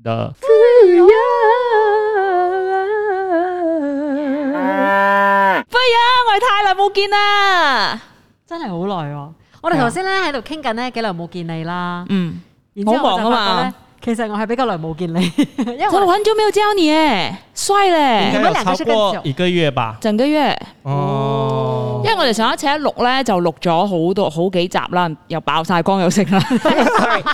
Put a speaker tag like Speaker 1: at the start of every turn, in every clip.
Speaker 1: 的。
Speaker 2: 啊我哋太耐冇見啊啦。
Speaker 3: 真係好耐喎！我哋頭先咧喺度傾緊咧幾耐冇見你啦，
Speaker 2: 嗯，
Speaker 3: 然之後我就
Speaker 2: 好忙啊
Speaker 3: 發覺
Speaker 2: 嘛
Speaker 3: 咧，其實我係比較耐冇見你，因為
Speaker 2: 我
Speaker 3: 我
Speaker 2: 很久沒有見到你誒，帥
Speaker 1: 应
Speaker 2: 咧，
Speaker 1: 该有超过一个月吧。
Speaker 2: 整個月。
Speaker 1: 哦
Speaker 2: 因，為我哋上一次喺錄咧就錄咗好多好幾集啦，又爆晒光又剩 啦。Sorry 啊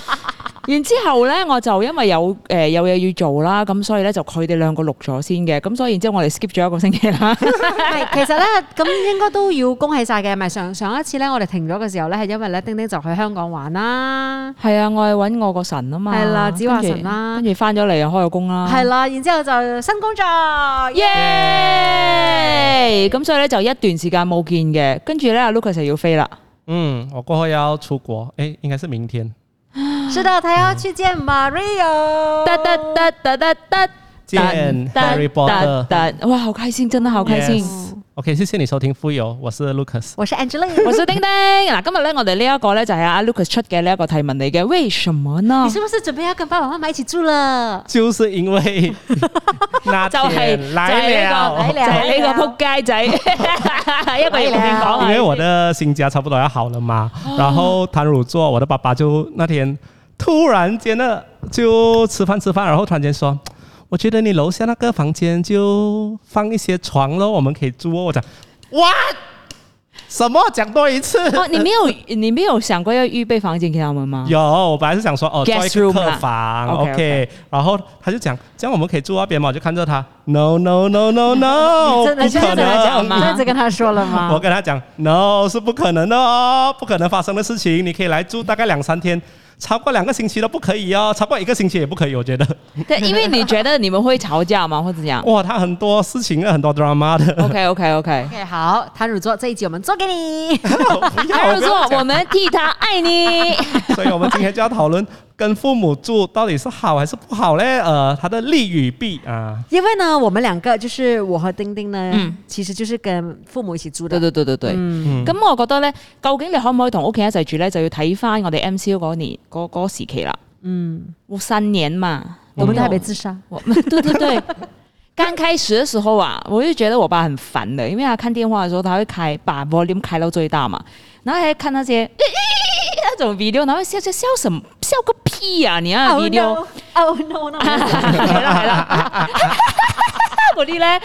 Speaker 2: 然之後咧，我就因為有誒、呃有嘢要做啦，咁所以咧就佢哋兩個錄咗先嘅，咁所以然之後我哋 skip 咗一個星期 啦。
Speaker 3: 唔係其實咧咁應該都要恭喜晒嘅，咪上上一次咧我哋停咗嘅時候咧係因為咧丁丁就去香港玩啦。
Speaker 2: 係啊，我係揾我個神啊嘛，
Speaker 3: 係啦子華
Speaker 2: 跟住
Speaker 3: 神啦
Speaker 2: 跟住翻咗嚟又開咗工啦，
Speaker 3: 係啦，然之後就新工作，
Speaker 2: 耶！咁所以咧就一段時間冇見嘅，跟住咧阿 Lucas 就要飛啦。
Speaker 1: 嗯，我过后要出国，哎，应该是明天。
Speaker 3: 是的，他要去見 Mario。
Speaker 2: 哒哒哒哒哒哒，
Speaker 1: 见
Speaker 2: 哒
Speaker 1: Harry Potter。
Speaker 2: 哒哒哇，好開心，真的好開心。
Speaker 1: Yes OK，谢谢你收听富有，我是 Lucas。
Speaker 3: 我是 Angeline，
Speaker 2: 我是丁丁嗱，今日咧我哋呢一個咧就係阿 Lucas 出嘅呢一個提問嚟嘅，為什麼呢
Speaker 3: 你？是不是準備要跟爸爸媽媽一起住了？
Speaker 1: 就是因 为那
Speaker 2: 就係
Speaker 1: 天来
Speaker 3: 來
Speaker 1: 了，
Speaker 2: 就係呢個撲街仔，一個月冇聽講
Speaker 1: 因为
Speaker 2: 啊！
Speaker 1: 哎我的新家差不多要好了嘛，然后谭乳座我的爸爸就那天突然间的就吃饭吃饭，然后突然间说。我觉得你楼下那个房间就放一些床咯，我们可以住哦。我讲哇，什么？讲多一次。
Speaker 2: 哦，你没有你没有想過要預備房間給他們嗎？
Speaker 1: 有，我本来是想说哦，做
Speaker 2: Guest
Speaker 1: 一个
Speaker 2: room
Speaker 1: 客
Speaker 2: 啦
Speaker 1: 房
Speaker 2: OK，OK
Speaker 1: ，OK。然后他就讲，这样我们可以住那边嘛？我就看着他，No No No No No，
Speaker 3: 真的
Speaker 1: 哦不
Speaker 3: 真的
Speaker 1: 可
Speaker 3: 跟他
Speaker 1: 能
Speaker 2: 讲
Speaker 1: 啊
Speaker 2: 嘛。
Speaker 3: 你真的跟他說了嗎？
Speaker 1: 我跟他讲，No 是不可能的哦，不可能发生的事情。你可以来住大概两三天，超过两个星期都不可以哦，超过一个星期也不可以。我觉得，
Speaker 2: 對，因為你覺得你們會吵架嗎？或者怎樣
Speaker 1: 哇，他很多事情啊，很多 drama 的。
Speaker 2: ？OK OK OK。
Speaker 3: OK，好，谭乳座这一集我们做给你。
Speaker 1: 哦不要
Speaker 2: 还有
Speaker 1: 不要
Speaker 2: 说
Speaker 1: 讲
Speaker 2: 我们替他愛 你。
Speaker 1: 所以我们今天就要讨论跟父母住到底是好还是不好嘞？呃，他的利与弊啊。
Speaker 3: 因为呢，我们两个就是我和丁丁呢，
Speaker 2: 嗯
Speaker 3: 其实就是跟父母一起住
Speaker 2: 對
Speaker 3: 的。
Speaker 2: 對對對對。
Speaker 3: 嗯，
Speaker 2: 咁我覺得咧，究竟你可唔可以同屋企人一齊住咧，就要睇翻我哋 MCU 嗰年嗰嗰時期啦。嗯，我三年嘛，
Speaker 3: 我们都还没
Speaker 2: 有
Speaker 3: 自杀。
Speaker 2: 我 对对对，刚开始的时候啊，我就觉得我爸很烦的，因为他看电话的时候，他会开把 volume 开到最大嘛，然后还看那些欸那种 video，然后笑笑笑什么笑个屁呀、啊！你那 video。
Speaker 3: Oh no no！
Speaker 2: 係啦係啦，嗰啲咧，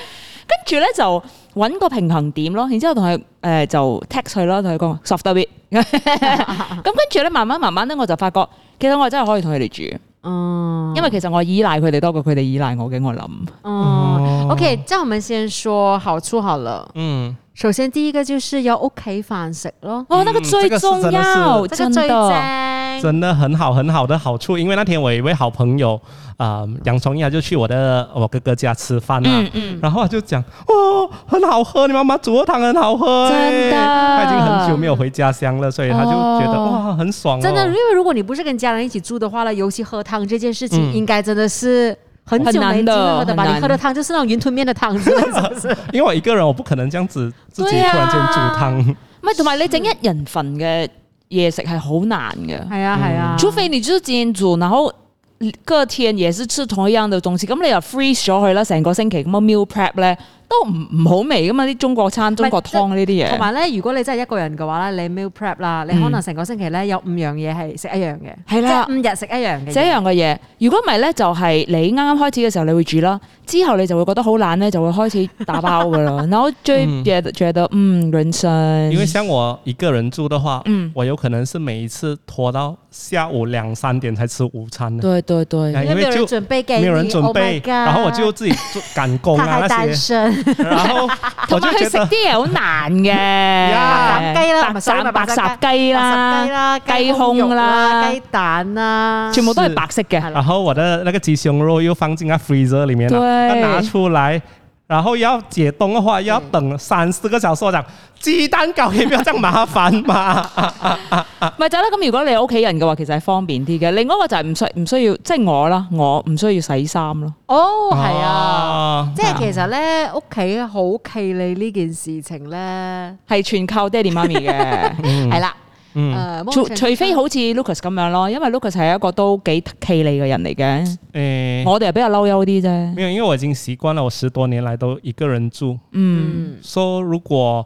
Speaker 2: 跟住咧就揾個平衡點咯，然之後同佢誒就 text 佢咯，同佢講 soft a bit。咁跟住咧，慢慢慢慢咧，我就發覺其實我真係可以同佢哋住，
Speaker 3: 嗯，
Speaker 2: 因為其實我依賴佢哋多過佢哋依賴我嘅，我諗。
Speaker 3: 嗯，OK，这样我们先说好处好了。
Speaker 1: 哦嗯，
Speaker 3: 首先第一个就是有屋企飯食咯，
Speaker 2: 哦，那個最重
Speaker 1: 這個是真
Speaker 2: 要，
Speaker 1: 的
Speaker 3: 这个
Speaker 2: 真
Speaker 3: 最
Speaker 2: 的，
Speaker 3: 正。
Speaker 1: 真的很好很好的好处，因为那天我有一位好朋友，啊，杨崇义他就去我的我哥哥家吃饭
Speaker 2: 嗯
Speaker 1: 啊，
Speaker 3: 嗯
Speaker 1: 然后他就讲哦，很好喝，你妈妈煮的汤很好喝、欸，
Speaker 2: 真的
Speaker 1: 他已经很久没有回家乡了，所以他就觉得、
Speaker 2: 哦
Speaker 1: 哇，很爽、哦，
Speaker 3: 真的，因为如果你不是跟家人一起住的话呢，尤其喝汤这件事情，
Speaker 1: 嗯
Speaker 3: 应该真的是很久
Speaker 2: 很难
Speaker 3: 没机
Speaker 2: 的
Speaker 3: 会喝的吧？
Speaker 2: 很难
Speaker 3: 你喝的汤就是那种云吞面的汤之类的，是 不是？
Speaker 1: 因为我一个人我不可能这样子自己
Speaker 2: 对啊
Speaker 1: 突然间煮
Speaker 3: 啊
Speaker 1: 汤，
Speaker 2: 唔係同埋你整一人份嘅嘢食係好難嘅。
Speaker 3: 系啊系啊，
Speaker 2: 嗯除非你就是自然做，然後個天也是吃同一樣嘅東西，咁你又 freeze 咗佢啦，成個星期咁樣 meal prep 咧都唔唔好味噶嘛，啲中國餐、中國湯呢
Speaker 1: 嗯
Speaker 2: 啲
Speaker 3: 同
Speaker 2: 嘢。
Speaker 3: 埋咧，如果你真係一個人嘅話咧，你 meal prep 啦，你可
Speaker 2: 嗯
Speaker 3: 能成個星期咧有五樣嘢係食一樣嘅，
Speaker 2: 係啦
Speaker 3: 即係五日食一樣嘅嘢。
Speaker 2: 這樣嘅嘢，如果唔係咧，就係你啱啱開始嘅時候，你會煮啦，之後你就會覺得好懶咧，就會開始打包噶 啦。然後最覺得覺得嗯人生，
Speaker 1: 因为像我一个人住的话，
Speaker 2: 嗯
Speaker 1: 我有可能是每一次拖到下午两三点才吃午餐的，
Speaker 2: 對對對，
Speaker 1: 哎
Speaker 3: 因為沒有人準備給你，
Speaker 1: 没有人准
Speaker 3: Oh my
Speaker 1: 备，
Speaker 3: God
Speaker 1: 然后我就自己做赶工
Speaker 3: 他
Speaker 1: 啊
Speaker 3: 還
Speaker 1: 那
Speaker 3: 單
Speaker 1: 些，
Speaker 3: 身，
Speaker 1: 然后我
Speaker 2: 同埋
Speaker 1: 就
Speaker 2: 佢
Speaker 1: 觉
Speaker 2: 食
Speaker 1: 得
Speaker 2: 啲。嘢好難
Speaker 1: 呀
Speaker 2: 嘅，
Speaker 3: 白雞啦
Speaker 2: 白
Speaker 3: 唔係所
Speaker 2: 斬
Speaker 3: 謂咪
Speaker 2: 白
Speaker 3: 白斬
Speaker 2: 烚雞
Speaker 3: 白
Speaker 2: 啦
Speaker 3: 雞，啦、
Speaker 2: 雞
Speaker 3: 雞胸肉
Speaker 2: 胸啦
Speaker 3: 雞蛋啦，
Speaker 2: 全部都係
Speaker 1: 是
Speaker 2: 白色嘅。
Speaker 1: 然后我的那个鸡胸肉又放进那 freezer 里面了，
Speaker 2: 对
Speaker 1: 要拿出来，然后要解冻的话要等三四个小时。我讲鸡蛋糕也不要这样麻烦嘛。
Speaker 2: 咪就係啦，咁如果你有屋企人嘅話，其實係方便啲嘅。另外一個就係唔需唔需要，即係我啦，我唔需要洗衫咯。
Speaker 3: 哦，係啊。
Speaker 1: 哦，
Speaker 3: 即係其實咧，屋企好企你呢件事情咧，
Speaker 2: 係全靠爹哋媽咪嘅，
Speaker 3: 係啦。
Speaker 1: 嗯，
Speaker 3: 誒，
Speaker 2: 除除非好似 Lucas 咁樣咯，因為 Lucas 係一個都幾企理嘅人嚟嘅，
Speaker 1: 诶、
Speaker 2: 我哋係比較嬲憂啲啫。
Speaker 1: 没有，因为我已经习惯了，我十多年来都一个人住。
Speaker 2: 嗯，
Speaker 1: 说、如果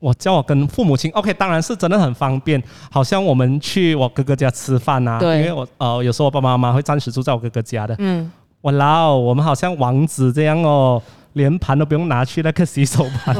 Speaker 1: 我叫我跟父母亲，OK，当然是真的很方便。好像我们去我哥哥家吃饭啊，因
Speaker 2: 对
Speaker 1: 为我呃有时候我爸爸妈妈会暂时住在我哥哥家的。
Speaker 2: 嗯，
Speaker 1: 哇啦哦，我们好像王子这样哦，连盘都不用拿去那个洗手盘，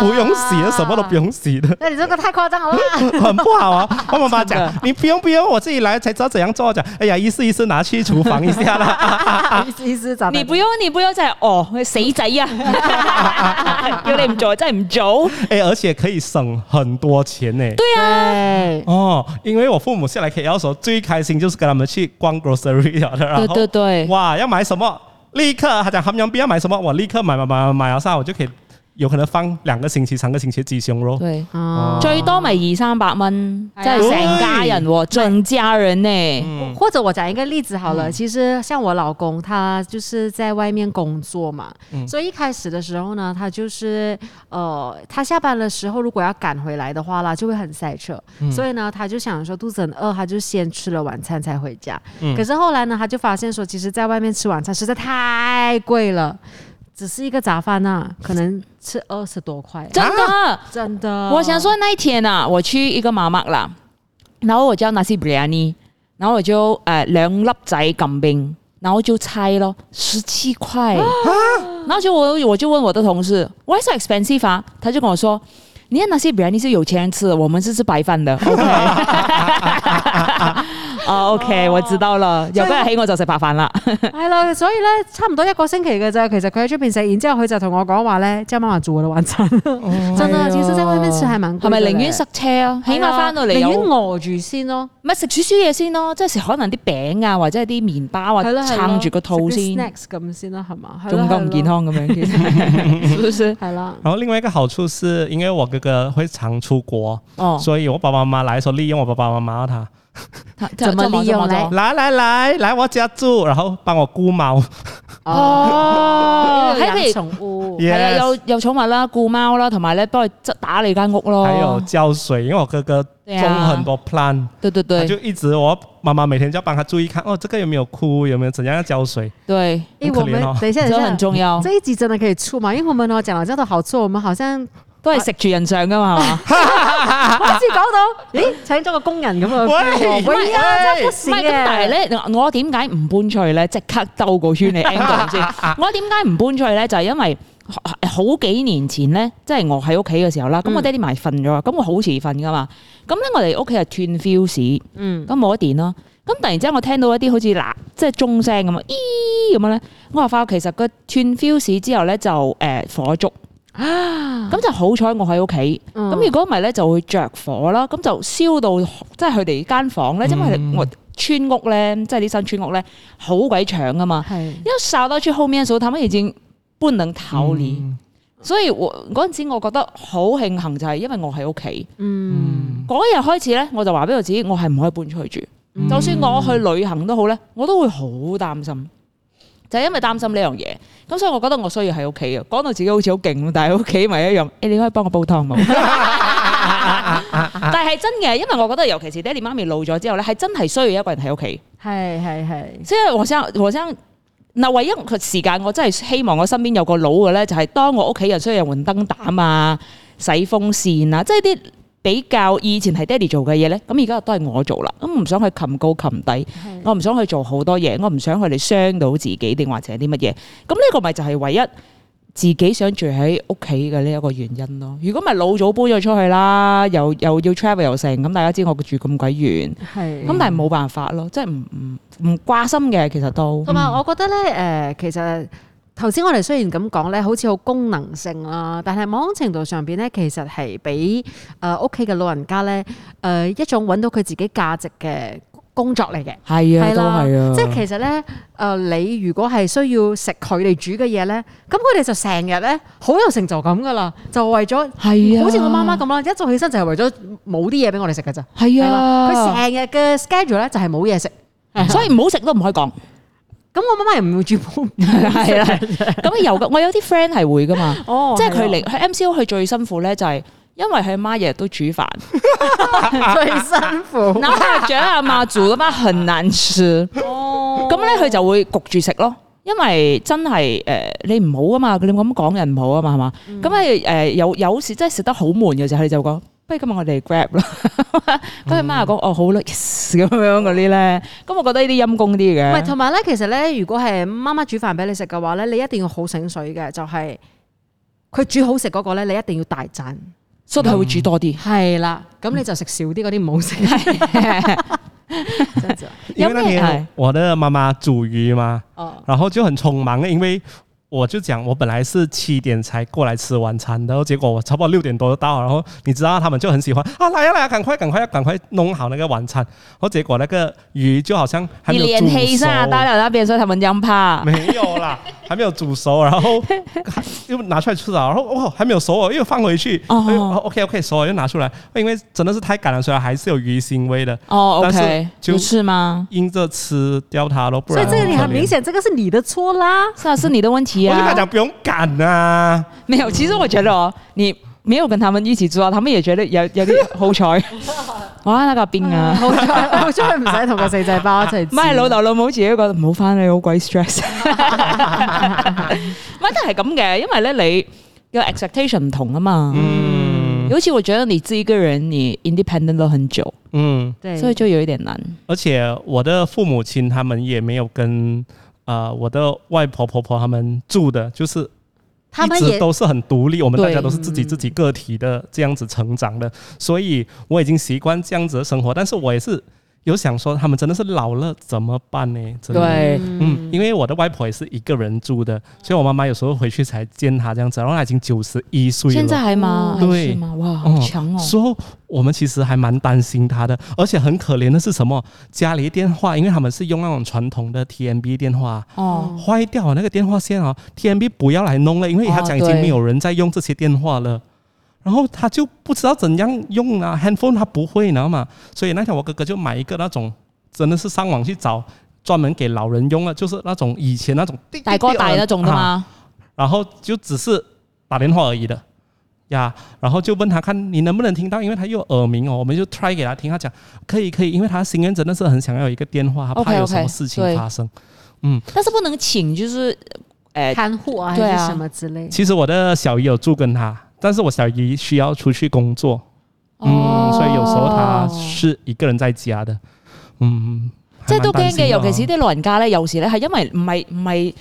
Speaker 1: 不用洗的，什么都不。用洗 的。
Speaker 3: 那你这个太夸张了吧？
Speaker 1: 很不好啊！我妈妈
Speaker 2: 真
Speaker 1: 讲
Speaker 2: 的，
Speaker 1: 你不用不用，我自己来才知道怎样做。我讲，哎呀，意思意思，拿去厨房一下啦。
Speaker 3: 意思咋？
Speaker 2: 你不用你不用就係哦，佢死仔啊！ 叫你唔做真係唔做。
Speaker 1: 哎，而且可以省很多钱呢。对
Speaker 3: 对，
Speaker 1: 哦，因为我父母下来 K L 的时候，最开心就是跟他们去逛 grocery 了的，然后
Speaker 2: 對對對
Speaker 1: 哇，要买什么，立刻他讲他们要不要买什么，我立刻买买买买买了上，我就可以有可能放两个星期、三个星期的鸡胸肉。
Speaker 2: 對，
Speaker 3: 嗯啊
Speaker 1: 哦
Speaker 2: 最多咪二三百蚊，
Speaker 3: 係啊
Speaker 2: 真係成家人喎，盡家人呢。
Speaker 1: 嗯
Speaker 3: 或者我讲一个例子好了，其实像我老公他就是在外面工作嘛，
Speaker 1: 嗯
Speaker 3: 所以一开始的时候呢，他就是呃，他下班的时候如果要赶回来的话啦，就会很塞车，
Speaker 1: 嗯
Speaker 3: 所以呢，他就想说肚子很饿，他就先吃了晚餐才回家。
Speaker 1: 嗯
Speaker 3: 可是后来呢，他就发现说，其实在外面吃晚餐实在太贵了，只是一个杂饭呐、可能吃二十多块，
Speaker 2: 真
Speaker 1: 啊
Speaker 2: 的。
Speaker 3: 真的。
Speaker 2: 我想说那一天啊，我去一个妈妈啦，然后我叫 nasi biryani，然后我就呃两粒仔cầm冰，然后就猜咯，十七块。然后就我我就问我的同事，Why so expensive 啊？他就跟我说。你看 nasi biryani 是有钱人吃的，我们是吃白饭的。OK，哦，OK，我知道了。有個人起我就食白飯啦。
Speaker 3: 係啦，所以咧差唔多一個星期嘅咋，其實佢喺出邊食，然之後佢就同我講話咧，即係媽媽煮我的晚餐，真啊，其實即係外面吃係蠻貴嘅
Speaker 2: 係咪寧願塞車啊？起碼翻到嚟
Speaker 3: 寧願
Speaker 2: 有
Speaker 3: 餓住先咯，
Speaker 2: 咪食少少嘢先咯，即係食可能啲餅啊，或者係啲麵包啊，
Speaker 3: 係咯，係咯
Speaker 2: 撐住個肚先，
Speaker 3: 食啲 snacks 咁先啦，係嘛，係咯
Speaker 2: 仲咁唔健，康咁樣，其實是不 是？
Speaker 3: 係啦，
Speaker 1: 然后另外一个好处是，因为我哥哥会常出国，
Speaker 2: 哦，
Speaker 1: 所以我爸爸妈妈来的时候利用我爸爸妈妈他
Speaker 3: 怎麼利用呢
Speaker 1: 来来来来我家住，然后帮我顾猫。
Speaker 2: 哦 哎
Speaker 3: 因為
Speaker 2: 喺
Speaker 3: 養
Speaker 2: 譬如
Speaker 3: 寵物，
Speaker 2: 係啊，
Speaker 1: Yes
Speaker 2: 有有寵物啦，顧貓啦，同埋咧幫佢執打理間屋咯。
Speaker 1: 还有浇水，因为我哥哥
Speaker 2: 哦对啊
Speaker 1: 种很多 plant，、
Speaker 2: 對對
Speaker 1: 他
Speaker 2: 對
Speaker 1: 就一直我妈妈每天就要帮他注意看哦，这个有没有枯，有没有怎样要浇水。
Speaker 2: 對，
Speaker 3: 因
Speaker 1: 很
Speaker 3: 為
Speaker 1: 可
Speaker 3: 我們
Speaker 1: 憐哦
Speaker 3: 等一下，
Speaker 2: 真
Speaker 3: 等
Speaker 2: 係
Speaker 3: 一
Speaker 2: 很
Speaker 3: 下。
Speaker 2: 重要，
Speaker 3: 这一集真的可以出嘛？因為我們我講到這樣的好處，我們好像
Speaker 2: 都係食住人上噶嘛，係嘛？
Speaker 3: 我一次講 到，咦，請咗個工人咁啊，
Speaker 1: 喂
Speaker 3: 喂啊，真係不
Speaker 2: 唔
Speaker 3: 行
Speaker 2: 係咁，但係
Speaker 3: 嘅，
Speaker 2: 咧，我點解唔搬出去咧？即刻兜個圈 嚟 angle 先。我點解唔搬出去咧？就係因為好幾年前咧，即係我喺屋企嘅時候啦，咁
Speaker 3: 嗯
Speaker 2: 我爹哋埋瞓咗，咁我好遲瞓噶嘛，咁咧我哋屋企係斷 fuse，
Speaker 3: 嗯，
Speaker 2: 咁冇得電啦。咁突然之間我聽到一啲好似嗱，即係鐘聲咁啊，咦咁樣咧，我話發覺其實個斷 fuse 之後咧就誒、呃火燭，咁就好彩我喺屋企。咁
Speaker 3: 咁
Speaker 2: 如果唔係咧，就會着火啦，咁就燒到即係佢哋間房咧，因為佢哋
Speaker 1: 嗯
Speaker 2: 我村屋咧，即係啲新村屋咧，好鬼長噶嘛。
Speaker 3: 係
Speaker 2: 因為掃到去後面嘅時候，他們已經不能逃離，
Speaker 1: 嗯
Speaker 2: 所以我嗰陣時我覺得好慶幸就係因為我喺屋企
Speaker 3: 嗯。
Speaker 2: 嗰日開始咧，我就話俾我自己，我係唔可以搬出去住，
Speaker 1: 嗯
Speaker 2: 就算我去旅行都好咧，我都會好擔心。就係因為擔心呢樣嘢，咁所以我覺得我需要喺屋企嘅。講到自己好似好勁，但係屋企咪一樣。誒、你可以幫我煲湯冇？但係真嘅，因為我覺得尤其是爹哋媽咪老咗之後咧，係真係需要一個人喺屋企。
Speaker 3: 係係係，
Speaker 2: 即係我想，我想嗱，唯一個時間我真係希望我身邊有個佬嘅咧，就係、當我屋企人需要換燈膽啊、洗風扇啊，即係啲比較以前係爹哋做嘅嘢咧，咁而家都係我做啦。咁唔想去擒高擒低，我唔想去做好多嘢，我唔想佢哋傷到自己定或者係啲乜嘢。咁呢個咪就係唯一。自己想住喺屋企嘅呢一個原因咯。如果咪老早搬咗出去啦，又又要 travel 又成，咁大家知我住咁鬼遠，
Speaker 3: 係
Speaker 2: 咁但係冇辦法咯，即係唔唔唔掛心嘅，其實都
Speaker 3: 同埋我覺得咧，誒、其實頭先我哋雖然咁講咧，好似好功能性啦，但係某種程度上邊咧，其實係俾誒屋企嘅老人家咧，誒、一種揾到佢自己價值嘅工作嚟嘅。
Speaker 2: 係啊，
Speaker 3: 係
Speaker 2: 都
Speaker 3: 啦
Speaker 2: 係啊，
Speaker 3: 即係其實咧，誒、你如果係需要食佢哋煮嘅嘢咧，咁佢哋就成日咧好有成就感噶啦，就為咗
Speaker 2: 係啊，
Speaker 3: 好似我媽媽咁啦，一早起身就係為咗冇啲嘢俾我哋食嘅咋，
Speaker 2: 係
Speaker 3: 係啦佢
Speaker 2: 啊，
Speaker 3: 成日嘅 schedule 咧就係冇嘢食，
Speaker 2: 所以唔好食都唔可以 講，
Speaker 3: 咁我媽媽又唔會煮煲，
Speaker 2: 係啦，咁有嘅，我有啲 friend 係會噶嘛，
Speaker 3: 哦
Speaker 2: 即係佢嚟去 MCO 佢最辛苦咧就係。因為佢媽日日都煮飯，
Speaker 3: 最辛 苦。
Speaker 2: 然後他覺得阿媽煮的飯很難吃，
Speaker 3: 哦
Speaker 2: 咁咧佢就會焗住食咯。因為真係誒、呃你唔好啊嘛，你咁講人唔好啊嘛，係嘛？咁你誒有有時真係食得好悶嘅時候，佢就講。不如今日我哋 grab 啦，咁佢媽又講哦好啦，yes 咁樣嗰啲咧，咁我覺得呢啲陰公啲
Speaker 3: 唔係，
Speaker 2: 嘅，
Speaker 3: 同埋咧，其實咧，如果係媽媽煮飯俾你食嘅話咧，你一定要好醒水嘅，就係、佢煮好食嗰個咧，你一定要大讚。
Speaker 2: 所以佢會煮多啲。
Speaker 3: 係啦，咁你就食少啲嗰啲唔好食。
Speaker 2: 嗯
Speaker 3: 真係
Speaker 1: 因为
Speaker 2: 有
Speaker 1: 那
Speaker 2: 咩
Speaker 1: 天我的妈妈煮鱼嘛，
Speaker 3: 哦，
Speaker 1: 然后就很匆忙的，因为我就讲我本来是七点才过来吃晚餐的，然后结果我差不多六点多到，然后你知道他们就很喜欢啊，来呀、来呀、赶快赶快赶快弄好那个晚餐，然后结果那个鱼就好像还
Speaker 2: 你
Speaker 1: 没有
Speaker 2: 連
Speaker 1: 煮
Speaker 2: 氣
Speaker 1: 熟
Speaker 2: 聲，啊，打嚟打變所以他們音 怕。
Speaker 1: 没有啦，还没有煮熟，然后还又拿出来吃啊，然后哦还没有熟哦，又放回去，
Speaker 2: 哦
Speaker 1: 哎呦 OK OK 熟了又拿出来，因为真的是太赶了，所以还是有鱼腥味的，
Speaker 2: 哦
Speaker 1: 但是
Speaker 2: ，OK，
Speaker 1: 就
Speaker 2: 不是吗？
Speaker 1: 硬着吃掉它咯，不
Speaker 3: 所
Speaker 1: 然
Speaker 3: 以這個你很
Speaker 1: 可憐
Speaker 3: 明顯，這個是你的錯啦。
Speaker 2: 是啊，是你的問題
Speaker 1: 我就跟他
Speaker 2: 啊。
Speaker 1: 讲不用赶啊，
Speaker 2: 沒有，其實我覺得哦，你沒有跟他們一起做啊，他們也覺得有有啲 好彩。哇，那個邊
Speaker 1: 嗯
Speaker 2: 啊？
Speaker 3: 好彩好彩唔使同個四仔包一齊。
Speaker 2: 唔係老豆老母自己覺得唔好翻你好鬼 stress。唔係，但係咁嘅，因為咧你嘅 expectation 唔同啊嘛。
Speaker 1: 嗯
Speaker 2: 尤其我覺得你自己一個人，你 independent 了很久，
Speaker 1: 嗯，
Speaker 3: 對，
Speaker 2: 所以就有一點難。
Speaker 1: 而且我的父母亲他们也没有跟呃我的外婆婆婆他们住的，就是
Speaker 3: 他
Speaker 1: 一
Speaker 3: 們
Speaker 1: 直
Speaker 3: 也
Speaker 1: 都是很独立，我们大
Speaker 2: 对
Speaker 1: 家都是自己自己个体的这样子成长的，所以我已经习惯这样子的生活。但是我也是有想说，他们真的是老了怎么办呢？真的。
Speaker 2: 對，
Speaker 1: 嗯，因为我的外婆也是一个人住的，所以我妈妈有时候回去才见她这样子，然后她已经九十一岁了。
Speaker 2: 現在還嗎？
Speaker 1: 嗯
Speaker 2: 還是
Speaker 1: 對
Speaker 2: 嗎？哇，好強哦！
Speaker 1: 所以我们其实还蛮担心他的，而且很可怜的是什么？家里电话，因为他们是用那种传统的 TMB 电话，
Speaker 2: 哦，
Speaker 1: 坏掉了那个电话线啊，TMB 不要来弄了，因为
Speaker 2: 哦
Speaker 1: 他讲已经没有人在用这些电话了。然后他就不知道怎样用啊，handphone 他不会，你知道吗？所以那天我哥哥就买一个那种，真的是上网去找专门给老人用的，啊就是那种以前那种滴滴滴
Speaker 2: 大哥大那種的
Speaker 1: 啊
Speaker 2: 嘛。
Speaker 1: 然后就只是打电话而已的呀。然后就问他看你能不能听到，因为他又有耳鸣哦，我们就 try 给他听，他讲可以可以，因为他心愿真的是很想要有一个电话，他怕
Speaker 2: OK，OK，
Speaker 1: 有什么事情
Speaker 2: 对
Speaker 1: 发生。
Speaker 2: 但是不能请，就是诶、
Speaker 3: 看护啊，
Speaker 2: 對
Speaker 3: 還
Speaker 2: 啊
Speaker 3: 是什麼之類。
Speaker 1: 其实我的小姨有住跟他，但是我小姨需要出去工作，
Speaker 2: 哦
Speaker 1: 嗯，所以有时候她是一个人在家的，嗯，
Speaker 2: 即係都驚嘅，尤其是
Speaker 1: 是
Speaker 2: 啲老人家咧，有時咧係因為唔係唔係。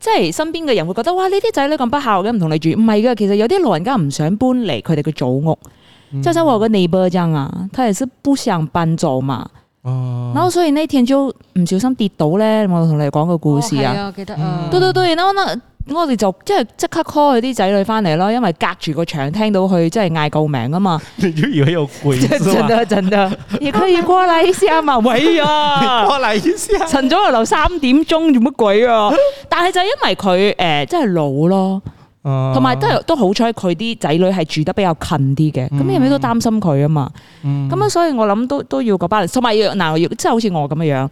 Speaker 2: 即係身邊嘅人會覺得哇！呢啲仔女咁不孝嘅，唔同你住。唔係嘅，其實有啲老人家唔想搬離佢哋嘅祖屋。就像我有個 neighbor 這樣啊，他也是不想搬走嘛。
Speaker 1: 哦，
Speaker 2: 然後所以那天就唔小心跌倒咧，我同你講個故事啊。
Speaker 3: 哦係我記得啊
Speaker 1: 嗯。
Speaker 2: 對對對，然後呢我哋就即係即刻 call 佢啲仔女翻嚟咯，因為隔住個牆聽到佢即係嗌救命啊嘛。
Speaker 1: 你就以为有鬼是
Speaker 2: 真
Speaker 1: 吧？
Speaker 2: 的真的，你可以过来一下嘛？喂 呀，
Speaker 1: 过来一下，
Speaker 2: 晨早流流三點鐘做乜鬼啊？但係就因為佢誒、呃真係老咯，同
Speaker 1: 同
Speaker 2: 埋都係都好彩佢啲仔女係住得比較近啲嘅，咁你咪都擔心佢啊嘛。咁樣、所以我諗都都要個 balance，同埋要嗱，要即係好似我咁嘅樣，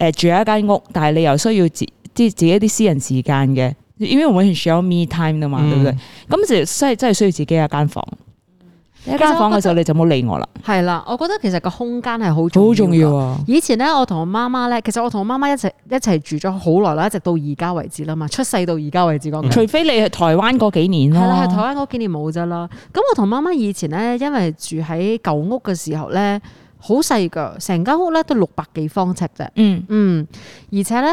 Speaker 2: 誒、住喺一間屋，但係你又需要自即係自己一啲私人時間嘅，因為我哋需要 me time 啊嘛，對唔對？咁就真係真係需要自己一間房。一間房嘅時候你就冇理我啦，
Speaker 3: 係啦，我覺得其實個空間係好重要。
Speaker 2: 好重要。啊！
Speaker 3: 以前咧，我同我媽媽咧，其實我同我媽媽一齊一齊住咗好耐啦，一直到而家為止啦嘛，出世到而家為止講緊。
Speaker 2: 除非你係台灣嗰幾嗯年咯，
Speaker 3: 係啦，係台灣嗰幾年冇啫啦。咁我同媽媽以前咧，因為住喺舊屋嘅時候咧，好細噶，成間屋咧都六百幾方尺啫。
Speaker 2: 嗯，
Speaker 3: 嗯，而且咧，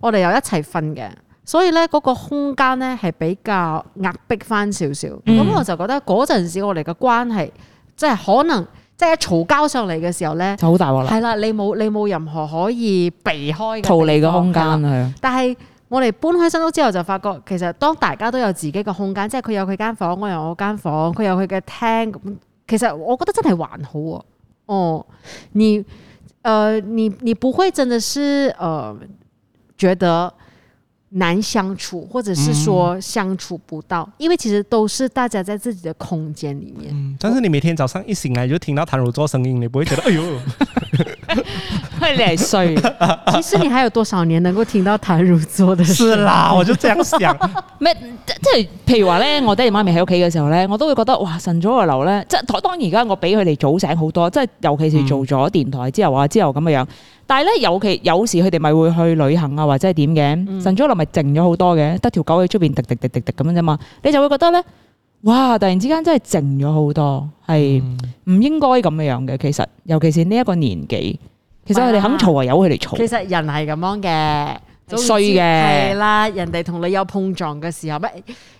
Speaker 3: 我哋又一齊瞓嘅，所以咧嗰、個空間咧係比較壓迫翻少少。咁、
Speaker 2: 嗯
Speaker 3: 我就覺得嗰陣時我哋嘅關係，即係可能即係一嘈交上嚟嘅時候咧，
Speaker 2: 就好大鑊啦，
Speaker 3: 係啦，你冇你冇任何可以避開嘅
Speaker 2: 逃離
Speaker 3: 地
Speaker 2: 嘅
Speaker 3: 方
Speaker 2: 空間
Speaker 3: 係啦
Speaker 2: 係啊，
Speaker 3: 但係我哋搬開新屋之後，就發覺其實當大家都有自己嘅空間，即係佢有佢間房，我有我間房，佢有佢嘅廳。咁其實我覺得真係還好喎。哦，你，呃，你你不會真的是呃覺得難相處，或者是
Speaker 2: 嗯
Speaker 3: 說相處不到，因為其實都是大家在自己的空間裡面。
Speaker 1: 嗯但是你每天早上一醒来就听到谭汝做声音，你不会觉得哎呦，
Speaker 2: 你係衰，嗯
Speaker 3: 其实你还有多少年能够听到谭如做的事？
Speaker 1: 是 啦，我就這樣想。
Speaker 2: 咩即即係譬如話咧，我爹哋媽咪喺屋企嘅時候咧，我都會覺得哇，晨早嘅流咧，即係當然而家我比佢哋早醒好多，即係尤其是做咗電台之後啊，之後咁嘅樣。但係咧，尤其有時佢哋咪會去旅行啊，或者係點嘅，晨早流咪靜咗好多嘅，得條狗喺出邊滴滴滴滴滴咁樣啫嘛，你就會覺得咧，哇！突然之間真係靜咗好多，係唔應該咁嘅樣嘅。其實，尤其是呢一個年紀，其實佢哋肯嘈啊，由佢哋嘈
Speaker 3: 其。實人係咁樣嘅，
Speaker 2: 係衰嘅
Speaker 3: 係啦。人哋同你有碰撞嘅時候，咪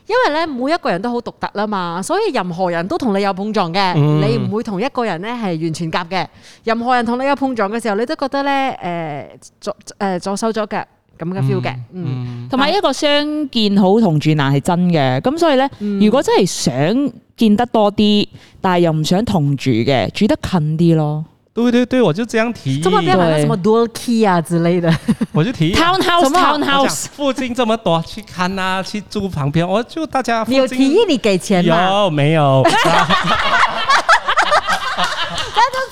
Speaker 3: 因為咧每一個人都好獨特啦嘛，所以任何人都同你有碰撞嘅，
Speaker 1: 嗯
Speaker 3: 你唔會同一個人咧係完全夾嘅。任何人同你有碰撞嘅時候，你都覺得咧誒、左誒、左手左腳咁嘅 feel 嘅，嗯。
Speaker 1: 嗯，
Speaker 2: 同埋一個相見好同住難係真嘅，咁所以咧，如果真係想見得多啲，但係又唔想同住嘅，住得近啲咯。
Speaker 1: 對對對，我就這樣提
Speaker 3: 中文不要
Speaker 1: 議，
Speaker 3: 买那什么 dual key 啊之類的，
Speaker 1: 我就提議。
Speaker 2: townhouse
Speaker 3: 什麼
Speaker 1: 啊
Speaker 2: townhouse
Speaker 1: 附近這麼多，去看啊，去住旁邊，我就大家附
Speaker 3: 你有提
Speaker 1: 近
Speaker 3: 議你給錢嘛？
Speaker 1: 有沒 有？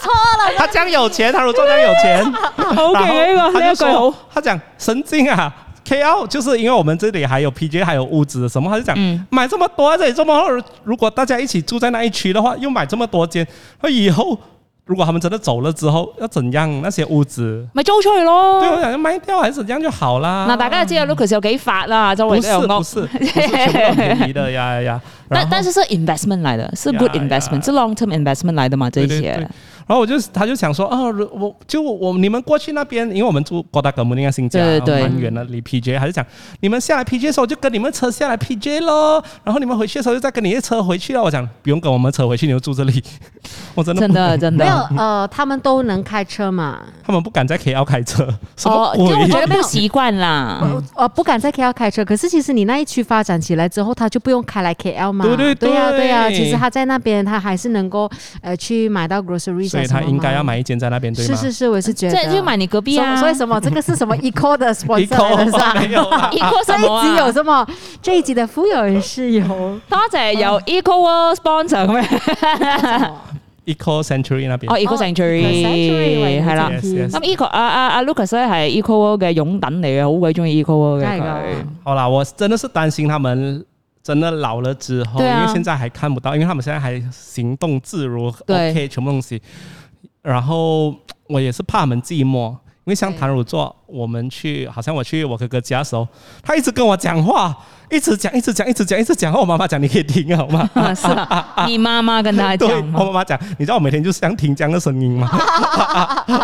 Speaker 3: 錯了，
Speaker 1: 他這樣有錢，他如果這樣有 錢，
Speaker 2: 好嘅呢個呢
Speaker 1: 然後他
Speaker 2: 一句
Speaker 1: 就
Speaker 2: 好
Speaker 1: 說，，他講神經啊。K L 就是因為我們這裡還有 P J 還有屋子什麼，他就講、
Speaker 2: 嗯
Speaker 1: 買這麼多，這裡這麼多，如果大家一起住在那一區的話，又買這麼多間，那以後如果他們真的走了之後，要怎樣那些屋子？
Speaker 2: 咪租出去
Speaker 1: 對我
Speaker 2: 咯。
Speaker 1: 想要賣掉還是怎樣就好啦。
Speaker 2: 哦嗱，大家就知道 Lucas 有幾發啦，周
Speaker 1: 不是
Speaker 2: 圍都有
Speaker 1: 不
Speaker 2: 屋。
Speaker 1: 是，不是全 部都很便宜的呀呀呀。然
Speaker 2: 但
Speaker 1: 後
Speaker 2: 但是是 investment 嚟的，是
Speaker 1: 呀
Speaker 2: good
Speaker 1: 呀
Speaker 2: investment，是 long term investment 嚟的嘛？
Speaker 1: 对
Speaker 2: 這
Speaker 1: 对对，
Speaker 2: 些
Speaker 1: 然后我就他就想说，哦，如我就我你们过去那边，因为我们住哥打格姆那个新家，
Speaker 2: 对对对
Speaker 1: 蛮远的，离 PJ，他就讲你们下来 PJ 的时候就跟你们车下来 PJ 咯，然后你们回去的时候就再跟你的车回去了。我讲不用跟我们车回去，你就住这里， 我真的
Speaker 2: 真
Speaker 1: 不
Speaker 2: 的真
Speaker 3: 沒有
Speaker 2: 的。
Speaker 3: 呃，他們都能開車嘛？
Speaker 1: 他们不敢在 KL 開車，什
Speaker 2: 哦
Speaker 1: 么，
Speaker 2: 因
Speaker 1: 鬼？
Speaker 2: 為我覺得 沒有習慣啦。
Speaker 1: 嗯
Speaker 3: 我哦不敢在 KL 开车，可是其实你那一区发展起来之后，他就不用开来 KL 嘛。
Speaker 1: 对对对
Speaker 3: 呀、对呀、其实他在那边，他还是能够呃去买到 groceries，
Speaker 1: 所以
Speaker 3: 啊什
Speaker 1: 他
Speaker 3: 么
Speaker 1: 应该要
Speaker 3: 嘛。
Speaker 1: 買一間在那邊，對
Speaker 3: 是
Speaker 1: 嗎？
Speaker 3: 是是，我也是觉
Speaker 2: 即
Speaker 3: 得。
Speaker 2: 係就買你隔壁
Speaker 3: 所以
Speaker 2: 啊。
Speaker 3: 所以 什麼？这个是什麼？Eco 的
Speaker 1: 一
Speaker 3: sponsor
Speaker 1: 口
Speaker 3: 来的是吧？
Speaker 1: 没有啦
Speaker 2: Eco
Speaker 3: 这
Speaker 2: 什麼
Speaker 3: 一集有
Speaker 2: 啊？
Speaker 3: 什麼？这一集的富有人是有
Speaker 2: 多謝
Speaker 1: 哦
Speaker 2: 有 Equal sponsor 咁樣。
Speaker 1: ，Eco Century 那邊
Speaker 2: 哦。，Eco
Speaker 3: 哦 Eco-Century，喂
Speaker 2: Century 係啦。
Speaker 1: Yes, yes
Speaker 2: 咁 Eco 啊啊啊 Lucas 咧係 Eco 嘅擁趸嚟嘅，好鬼中意 Eco 嘅
Speaker 3: 真係㗎
Speaker 2: 佢。
Speaker 1: 好啦，我真的是擔心他們真的老了之後，
Speaker 2: 对啊
Speaker 1: 因為現在還看不到，因為他們現在還行動自如
Speaker 2: 对
Speaker 1: ，OK，全部東西。然後我也是怕他們寂寞，因為像
Speaker 3: 对
Speaker 1: 谭汝作，我們去，好像我去我哥哥家的時候，他一直跟我講話，一直講，一直講，一直講，一直講。我媽媽講你可以聽好嗎？
Speaker 2: 啊是啊，你媽媽跟 他
Speaker 1: 對，
Speaker 2: 講 嘛
Speaker 1: 我媽媽講，你知道我每天就想聽這樣的聲音嗎？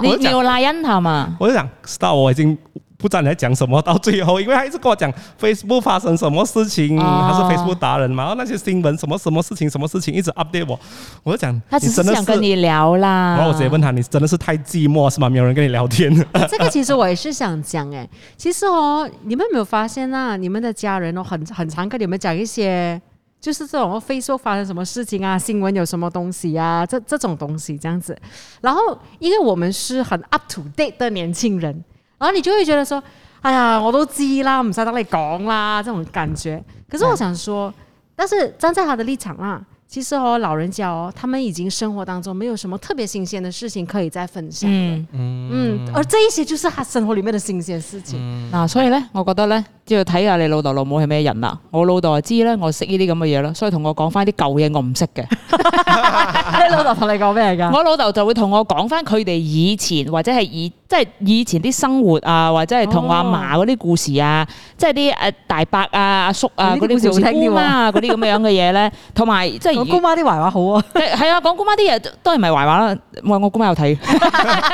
Speaker 2: 你
Speaker 1: 我就
Speaker 2: 你
Speaker 1: 講
Speaker 2: 有拉恩他嘛？
Speaker 1: 我就想知道我已經不知道你在講什麼，到最後，因為他一直跟我講 Facebook 發生什麼事情，
Speaker 2: 哦
Speaker 1: 他是 Facebook 達人嘛，然後那些新聞什麼什麼事情，什麼事情一直 update 我，我就講，
Speaker 2: 他只是
Speaker 1: 真的
Speaker 2: 想跟
Speaker 1: 是，
Speaker 2: 你啊聊啦。
Speaker 1: 然後我直接問他，你真的是太寂寞是嗎？沒有人跟你聊天，
Speaker 3: 这个其实我也是想讲哎，其实哦，你们有没有发现啊？你们的家人哦，很很常跟你们讲一些，就是这种哦 Facebook 发生什么事情啊，新闻有什么东西啊，这这种东西这样子。然后，因为我们是很 up to date 的年轻人，然后你就会觉得说，哎呀，我都知啦，唔使等你讲啦，这种感觉。可是我想说，但是站在他的立场啦。其实哦，老人家哦，他们已经生活当中没有什么特别新鲜的事情可以再分享。
Speaker 2: 嗯，
Speaker 3: 嗯，而这一些就是他生活里面的新鲜事情。
Speaker 1: 嗯
Speaker 2: 嗱，所以咧，我覺得咧，都要睇下你老豆老母係咩人啦。我老豆就知咧，我識呢啲咁嘅嘢啦，所以同我講翻啲舊嘢我唔識嘅。
Speaker 3: 你哎老豆同你講咩㗎？
Speaker 2: 我老豆就會同我講翻佢哋以前或者係以即係以前啲生活啊，或者係同我阿嫲嗰
Speaker 3: 哦
Speaker 2: 啲故事啊，即係啲誒大伯啊、阿叔啊
Speaker 3: 呢
Speaker 2: 嗰
Speaker 3: 啲
Speaker 2: 啲故
Speaker 3: 故事
Speaker 2: 事、
Speaker 3: 好聽啲
Speaker 2: 姑
Speaker 3: 喎
Speaker 2: 媽啊嗰啲咁樣嘅嘢咧，同埋即係
Speaker 3: 我
Speaker 2: 而
Speaker 3: 姑媽啲壞話好啊，
Speaker 2: 係係啊，講姑媽啲嘢都當然唔係壞話啦，我我姑媽有睇。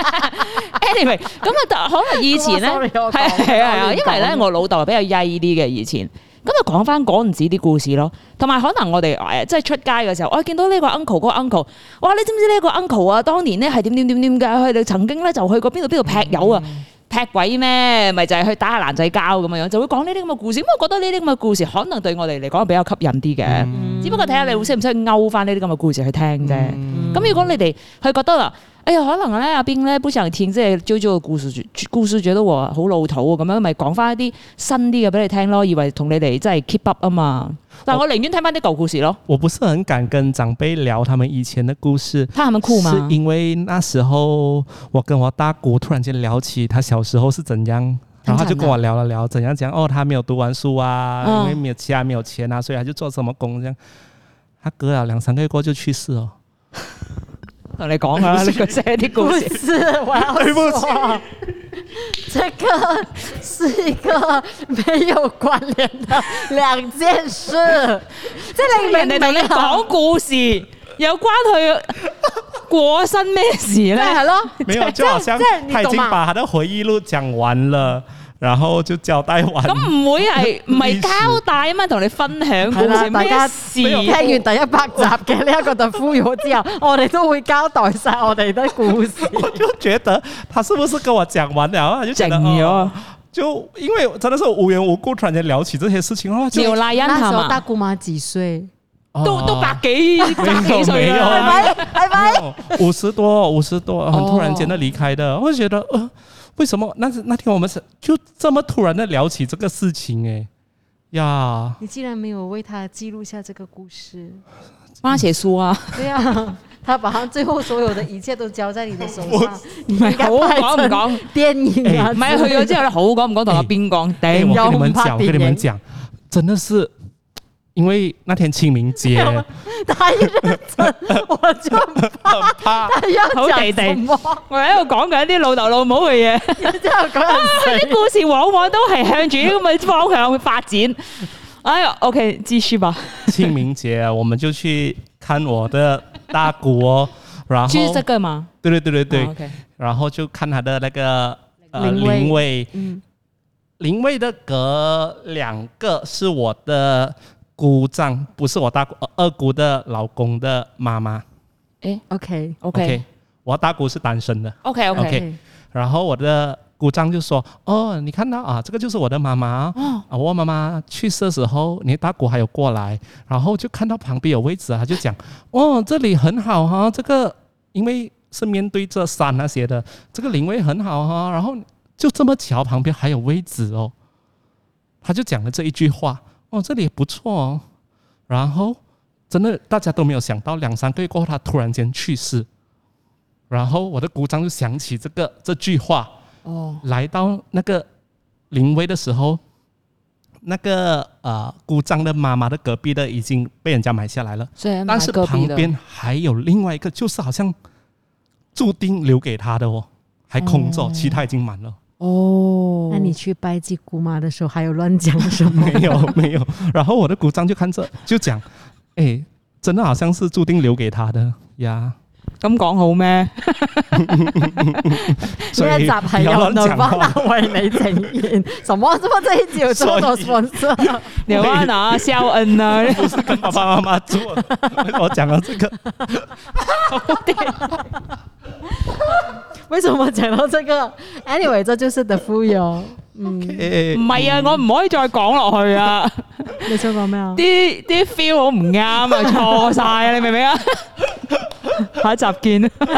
Speaker 2: anyway，咁啊，可能以 前咧
Speaker 3: 姑媽，sorry，我講
Speaker 2: 係係啊係啊，
Speaker 3: 我亂講
Speaker 2: 因為咧我老豆係比較曳啲嘅以前。咁啊，講翻嗰陣時啲故事咯，同埋可能我哋誒即係出街嘅時候，我、見到呢個 uncle 嗰個 uncle，哇！你知唔知呢個 uncle 啊？當年咧係點點點點㗎，佢哋曾經咧就去過邊度邊度劈友啊！劈鬼咩？咪就係去打下爛仔交咁樣樣，就會講呢啲咁嘅故事。咁我覺得呢啲咁嘅故事可能對我哋嚟講係比較吸引啲嘅，只不過睇下你會識唔識勾翻呢啲咁嘅故事去聽啫。咁、如果你哋佢覺得啦，誒、哎呀，可能咧阿邊咧不想聽即係 JoJo 嘅故事，故事覺得我好老土啊，咁樣咪講翻一啲新啲嘅俾你聽咯，以為同你哋真係 keep up 啊嘛。但我寧願聽翻啲舊故事咯。
Speaker 1: 我不是很敢跟長輩聊他們以前的故事，
Speaker 2: 他很酷嗎
Speaker 1: 是？因为那时候我跟我大姑突然间聊起她小时候是怎样。然后她就跟我聊了聊，怎样讲哦，她没有读完书啊，
Speaker 2: 嗯
Speaker 1: 因为没有家没有钱啊，所以她就做什么工这样。她隔了两三个月过就去世哦。
Speaker 2: 同你講啊，你佢寫啲故
Speaker 3: 不
Speaker 2: 事。
Speaker 3: 是，我要
Speaker 1: 对哎不
Speaker 2: 哦
Speaker 1: 起
Speaker 3: 说，这个是一个没有关联的两件事，即系你
Speaker 2: 人哋
Speaker 3: 明唔
Speaker 2: 同你
Speaker 3: 明啊？
Speaker 2: 講故事，有關佢過身咩事
Speaker 3: 即
Speaker 2: 咧？
Speaker 3: 啊係咯，
Speaker 1: 没有，就好像
Speaker 3: 即係你
Speaker 1: 她已
Speaker 3: 懂啊
Speaker 1: 经
Speaker 3: 嘛
Speaker 1: 把她的回忆录讲完了，然后就交代完。
Speaker 2: 咁唔會係唔係
Speaker 1: 歷史
Speaker 2: 交代啊嘛？同你分享故
Speaker 3: 係啦
Speaker 2: 事
Speaker 3: 大
Speaker 2: 咩
Speaker 3: 家聽
Speaker 2: 事？
Speaker 3: 完第一百集嘅呢一個特呼咗之後，我哋都會交代晒我哋的故 事。
Speaker 1: 我就觉得她是不是跟我讲完了啊？就觉
Speaker 2: 靜
Speaker 1: 得
Speaker 2: 咗
Speaker 1: 哦，就因为真的是无缘无故突然间聊起这些事情的话，就
Speaker 2: 廖麗欣
Speaker 3: 那
Speaker 2: 係
Speaker 3: 時候大
Speaker 2: 嘛？
Speaker 3: 姑媽幾歲？
Speaker 2: 都都
Speaker 1: 哦
Speaker 2: 百幾百幾歲
Speaker 1: 沒有
Speaker 2: 啦
Speaker 1: 啊。
Speaker 3: 拜拜拜。
Speaker 1: 五十多，五十多，很
Speaker 2: 哦
Speaker 1: 突然间的离开的，我就觉得呃，为什么那是那天我们是就这么突然的聊起这个事情哎、呀，
Speaker 3: 你竟然没有为他记录下这个故事，
Speaker 2: 花姐書啊，
Speaker 3: 对 啊，他把他最后所有的一切都交在你的手上，
Speaker 2: 唔係好講唔講？
Speaker 3: 电影啊，
Speaker 2: 唔係去咗之後咧，好講唔講同阿邊講？
Speaker 1: 哎、
Speaker 2: 頂
Speaker 1: 我
Speaker 3: 有
Speaker 1: 跟你们
Speaker 3: 怕
Speaker 1: 讲，我
Speaker 3: 电
Speaker 1: 跟你们
Speaker 3: 影，
Speaker 1: 讲，真的是因为那天清明节
Speaker 3: 太认真，我就哎
Speaker 1: 很怕
Speaker 3: 他要
Speaker 2: 好
Speaker 3: 讲
Speaker 2: 地地
Speaker 3: 什么，
Speaker 2: 我喺度講緊啲老豆老母 嘅嘢，
Speaker 3: 然之后嗰阵
Speaker 2: 啲故事往往都係向住呢咁嘅方向去發展。哎呀，OK，繼續吧。
Speaker 1: 清明节，啊我们就去看我的大姑哦，然后
Speaker 2: 就是這個嘛。
Speaker 1: 对对对对对，
Speaker 2: 哦，OK。Ờ,
Speaker 1: 然后就看他的那个呃
Speaker 3: 灵位
Speaker 1: 灵位，
Speaker 3: 嗯
Speaker 1: 灵位的隔两个是我的姑丈，不是我大姑呃二姑的老公的妈妈。
Speaker 3: ，OK 哎
Speaker 2: OK
Speaker 1: 我大姑是单身的，
Speaker 2: OK OK，
Speaker 1: OK 然后我的姑丈就说：“哦，你看到啊，这个就是我的妈妈。
Speaker 2: 哦
Speaker 1: 啊，我妈妈去世的时候，你大姑还有过来，然后就看到旁边有位置啊，他就讲：哦，这里很好哈、这个因为是面对着山那些的，这个灵位很好哈、然后就这么巧，旁边还有位置哦。他就讲了这一句话：哦，这里不错哦。然后真的大家都没有想到，两三个月过后，他突然间去世。然后我的姑丈就想起这个这句话，
Speaker 2: 哦，
Speaker 1: 来到那个临危的时候，那个呃姑丈的妈妈的隔壁的已经被人家买下来了，
Speaker 2: 所以
Speaker 1: 但是
Speaker 2: 隔
Speaker 1: 旁
Speaker 2: 壁的。
Speaker 1: 边还有另外一个，就是好像注定留给他的哦，还空
Speaker 2: 嗯
Speaker 1: 着，其他已经 满了，
Speaker 2: 哦，
Speaker 3: 那你去拜祭姑妈的时候，还有乱讲什么？
Speaker 1: 没有没有。然后我的姑丈就看着就讲，哎，真的好像是注定留给他的 呀，
Speaker 2: 咁講好咩？
Speaker 1: 所
Speaker 3: 呢
Speaker 1: 以
Speaker 3: 一集係
Speaker 1: 不
Speaker 3: 由
Speaker 1: 要乱
Speaker 3: 南
Speaker 1: 讲
Speaker 3: 方
Speaker 1: 话。
Speaker 3: 大為你呈現，什麼？什麼這一集有這麼多 sponsor？
Speaker 2: 廖安娜、肖恩啊，
Speaker 1: 不是跟爸爸妈妈做的， 我讲了这个，
Speaker 3: 為什麼講到這個？Anyway，這就是 The Full 友。嗯，
Speaker 1: 哎
Speaker 2: 唔係啊，我唔可以再講落去啊！
Speaker 3: 你想講咩啊？
Speaker 2: 啲啲 feel 好唔啱啊，錯晒啊，你明唔明啊？下一集見。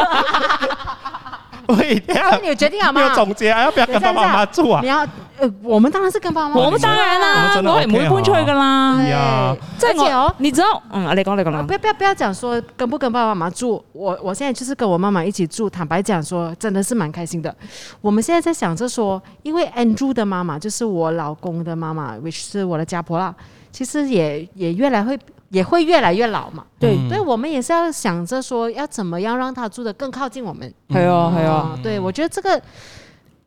Speaker 1: 喂，等一下
Speaker 3: 哎那你有決定好
Speaker 1: 没有
Speaker 3: 嗎？
Speaker 1: 总结啊，要不要跟爸爸妈妈住啊
Speaker 3: 你？要，呃，我们當然是跟爸爸媽媽。
Speaker 2: 我當然
Speaker 1: 我
Speaker 2: 啦，
Speaker 1: 真的
Speaker 2: 我係唔會
Speaker 1: OK 啊
Speaker 2: 搬出去噶啦。
Speaker 1: 哎呀
Speaker 2: 即係
Speaker 3: 而且哦
Speaker 2: 我，你知道，嗯，你講你講
Speaker 3: 啊
Speaker 2: 啦
Speaker 3: 不。要不要不要讲说跟不跟爸爸妈妈住，我我现在就是跟我妈妈一起住。坦白讲说，真的是蛮开心的。我们现在在想着说，因为 Andrew 的妈妈就是我老公的妈妈，which 是我的家婆啦，其实也也越来会也会越来越老嘛。
Speaker 2: 對
Speaker 3: 所以我们也是要想着说，要怎么样让她住的更靠近我们。哦
Speaker 2: 係啊係啊，
Speaker 3: 对我觉得这个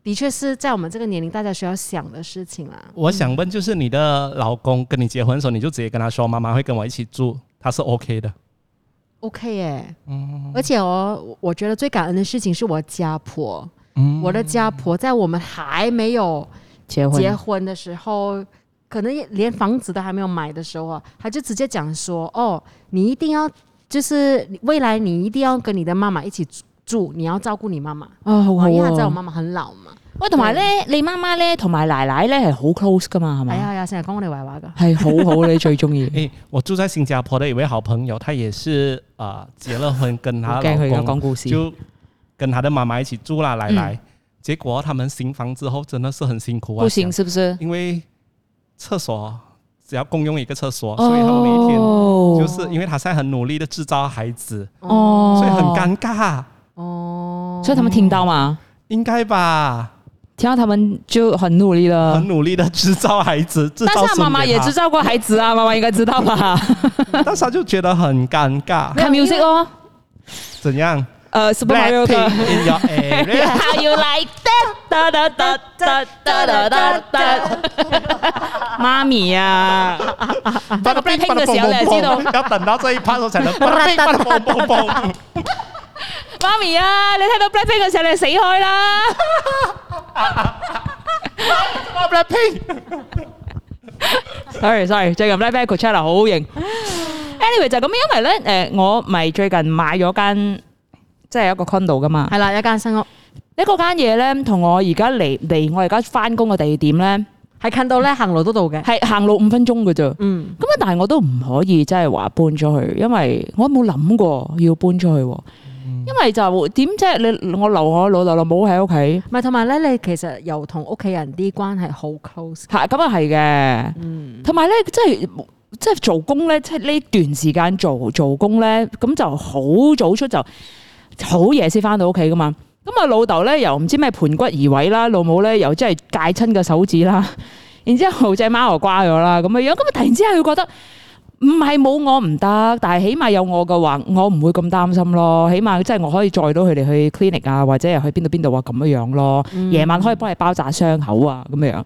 Speaker 3: 的确是在我们这个年龄大家需要想的事情啦。
Speaker 1: 我想问，就是你的老公跟你结婚的时候，你就直接跟他说妈妈会跟我一起住，他是 OK 的。
Speaker 3: OK 耶，而且哦，我我觉得最感恩的事情是我家婆，我的家婆在我们还没有
Speaker 2: 結
Speaker 3: 嗯结婚的时候，可能也连房子都还没有买的时候啊，她就直接讲说：“哦，你一定要，就是未来你一定要跟你的妈妈一起住住，你要照顾你妈妈，
Speaker 2: 啊，好好
Speaker 3: 因为她知道我
Speaker 2: 啊。
Speaker 3: 妈妈很老嘛。
Speaker 2: 喂，同埋咧，你媽媽咧同埋奶奶咧係好 close 噶嘛，係
Speaker 3: 係啊
Speaker 2: 咪？
Speaker 3: 係啊，成日講我哋壞話噶，
Speaker 2: 係好好，你最中
Speaker 3: 嗯
Speaker 2: 意。
Speaker 1: 诶，我住在新加坡的一位好朋友，他也是啊、呃结了婚，跟
Speaker 2: 好
Speaker 1: 他
Speaker 2: 驚佢而家
Speaker 1: 老
Speaker 2: 講
Speaker 1: 公
Speaker 2: 故事。
Speaker 1: 就跟他的妈妈一起住啦，奶
Speaker 3: 嗯
Speaker 1: 奶。结果他们行房之后真的是很辛苦啊，
Speaker 2: 不行，是不是
Speaker 1: 想，？因为厕所只要共用一个厕
Speaker 3: 哦
Speaker 1: 所，所以他们每一天就是因为他现在很努力的制造孩子，
Speaker 2: 哦，
Speaker 1: 所以很，尴尬，
Speaker 3: 哦，
Speaker 2: 所以他们听到嘛，
Speaker 1: 应该吧？
Speaker 2: 听到他们就很努力了
Speaker 1: 很。努力的制造孩子，制
Speaker 2: 嗯但
Speaker 1: 造
Speaker 2: 是他妈妈也知
Speaker 1: 是，
Speaker 2: 道过孩子啊，妈妈应该知道 吧？
Speaker 1: 但是他就觉得很尴 尬，
Speaker 2: 看 music 哦，
Speaker 1: 怎样
Speaker 2: 呃，Super Mario
Speaker 1: ？Blackpink
Speaker 2: 的。
Speaker 1: in your area。
Speaker 2: How you like that？哒哒哒哒哒哒哒哒， 妈咪呀！
Speaker 1: 放
Speaker 2: 個 Blackpink 嘅時候你就知道
Speaker 1: 要等到這一趴時候才能蹦 蹦蹦蹦蹦。
Speaker 2: 媽咪啊，你睇到 Blackpink 嘅時候，你死開 啦！
Speaker 1: Blackpink
Speaker 2: sorry sorry，最近 Blackpink Coachella 好型。anyway 就咁，因為咧誒、呃我咪最近買咗間即係一個 condo 噶嘛，
Speaker 3: 係啦，一間新 屋
Speaker 2: 呢嗰間嘢咧同我而家離離我而家翻工嘅地點咧
Speaker 3: 係近到咧行路都到嘅，
Speaker 2: 係行路五分鐘嘅啫。咁
Speaker 3: 嗯，
Speaker 2: 啊，但係我都唔可以即係話搬咗去，因為我冇諗過要搬出去喎。
Speaker 3: 嗯
Speaker 2: 因為就點即係你我留我老豆老母喺屋企
Speaker 3: 唔係同埋咧，你其實又同屋企人啲關係好 close，
Speaker 2: 嚇，咁啊係嘅。
Speaker 3: 嗯，
Speaker 2: 同埋咧，即係即係做工咧，即係呢段時間做做工咧，咁就好早出就好夜先翻到屋企噶嘛。咁啊，老豆咧又唔知咩盤骨移位啦，老母咧又真係戒親個手指啦， 然之後隻貓又瓜咗啦，咁嘅樣，咁啊突然之間佢覺得。唔係冇我唔得，但係起碼有我嘅話，我唔會咁擔心咯。起碼即係我可以載到佢哋去 clinic 啊，或者係去邊度邊度啊咁樣樣咯。夜、晚可以幫你包紮傷口啊咁樣。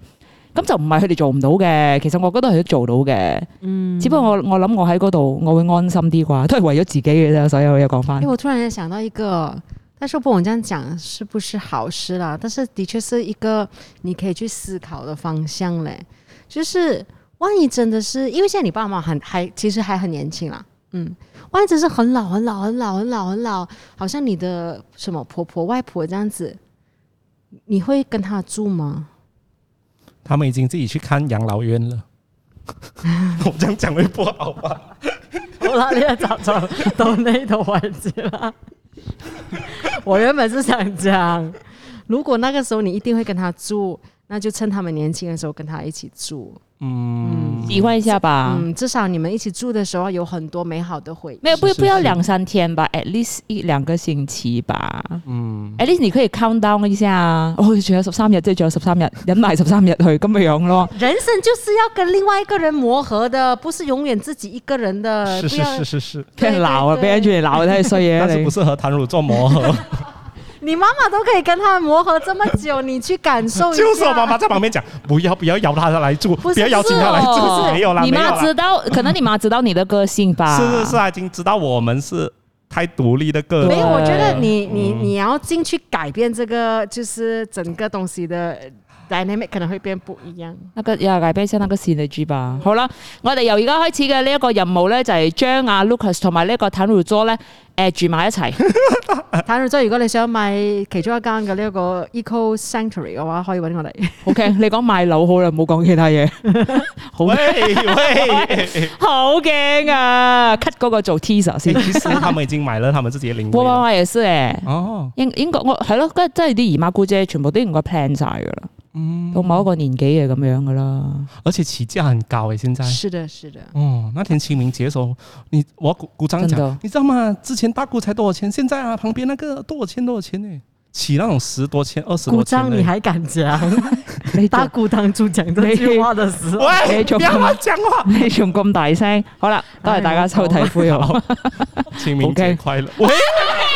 Speaker 2: 咁就唔係佢哋做唔到嘅，其實我覺得佢都做到嘅。
Speaker 3: 嗯，
Speaker 2: 只不過我我諗我喺嗰度，我會安心啲啩，都係為咗自己嘅啫。所有嘢講翻
Speaker 3: 哎、，我突然间想到一个，但是我不懂这样讲是不是好事啦，但是的确是一个你可以去思考的方向嘞。就是万一真的是，因为现在你爸妈很还其实还很年轻啦，嗯，万一真是很老很老很老很老很老，好像你的什么婆婆外婆这样子，你会跟她住吗？
Speaker 1: 他们已经自己去看养老院了。 我这样讲会不好吧？
Speaker 3: 好啦，呢、個集就到呢度為止啦。我原本是想講，如果那個時候你一定會跟他住，那就趁他們年輕的時候跟他一起住。
Speaker 1: 嗯，
Speaker 2: 喜歡一下吧。
Speaker 3: 嗯，至少你們一起住的時候有很多美好的回憶。
Speaker 2: 沒有不
Speaker 1: 是是
Speaker 2: 不要
Speaker 1: 是
Speaker 2: 兩三天吧，at least 一兩個星期吧。
Speaker 1: 嗯，
Speaker 2: at least 你可以 count down 一下啊，哦，仲有十三日，即係仲有十三日，忍埋十三日去咁嘅樣咯。
Speaker 3: 人生就是要跟另外一個人磨合的，不是永遠自己一個人
Speaker 2: 呃
Speaker 1: 是
Speaker 3: 的。不
Speaker 1: 是
Speaker 3: 要
Speaker 1: 是是是，
Speaker 2: 俾人鬧啊，
Speaker 3: 對對對
Speaker 2: 俾人住嚟鬧啊，睇衰 嘢啊
Speaker 1: 但是
Speaker 2: 你
Speaker 1: 不。适合谭乳做磨合，
Speaker 3: 你媽媽都可以跟他磨合這麼久，你去感受一 下。
Speaker 1: 就是我妈妈在旁边讲，不要不要邀他来住，
Speaker 3: 不是
Speaker 1: 不要邀请他来
Speaker 2: 是
Speaker 1: 住，
Speaker 2: 哦
Speaker 1: 没有啦，
Speaker 2: 你
Speaker 1: 没有
Speaker 2: 媽
Speaker 1: 啦
Speaker 2: 知。道，可能你媽知道你的個性 吧。
Speaker 1: 是是是，他已经知道我们是太独立的个
Speaker 3: 没有，
Speaker 1: 人，
Speaker 3: 我觉得你你你要进去改变这个，就是整个东西的 dynamic 可能会变不一样。
Speaker 2: 那個又係俾先那個 synergy 吧。好啦，我哋由而家開始嘅呢一個任務咧，就係將阿 Lucas 同埋呢個 t a n u j o 咧，誒住埋一 齊。
Speaker 3: 坦率咗，如果你想買其中一間嘅呢一個 Eco Sanctuary 嘅話，可以揾我哋。
Speaker 2: OK，你講買樓好啦，唔好講其他嘢。好
Speaker 1: 喂喂，
Speaker 2: 好驚啊！cut 嗰個做 teaser 先。
Speaker 1: 其实他们已经买了他们自己的领
Speaker 2: 哇
Speaker 1: 位
Speaker 2: 哇
Speaker 1: 了。
Speaker 2: 哇，也是誒。
Speaker 1: 哦，
Speaker 2: 英英國我係咯，跟真係啲姨媽姑姐全部都應該 plan 晒噶啦。到某一個年紀係咁樣噶啦。
Speaker 1: 嗯而且起价很高欸诶，现在。
Speaker 3: 是的，是的。
Speaker 1: 哦，那天清明节的时候，你我鼓鼓掌
Speaker 2: 真的
Speaker 1: 讲
Speaker 2: 哦，
Speaker 1: 你知道吗？之前大姑才多少钱，现在啊旁边那个多少钱多少钱呢？起那种十多千、二十多
Speaker 3: 鼓
Speaker 1: 千
Speaker 3: 掌
Speaker 1: 的。
Speaker 3: 你還敢講？
Speaker 2: 你
Speaker 3: 大
Speaker 2: 仲
Speaker 3: 姑當初講這句話的時候，
Speaker 1: 喂，
Speaker 2: 你
Speaker 1: 不
Speaker 2: 做
Speaker 1: 要
Speaker 2: 什么
Speaker 1: 乱讲话！
Speaker 2: 你仲咁大聲？好啦，多謝大家收睇《灰熊》。
Speaker 1: 清明节
Speaker 2: OK
Speaker 1: 快乐！喂，不要乱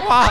Speaker 1: 讲话！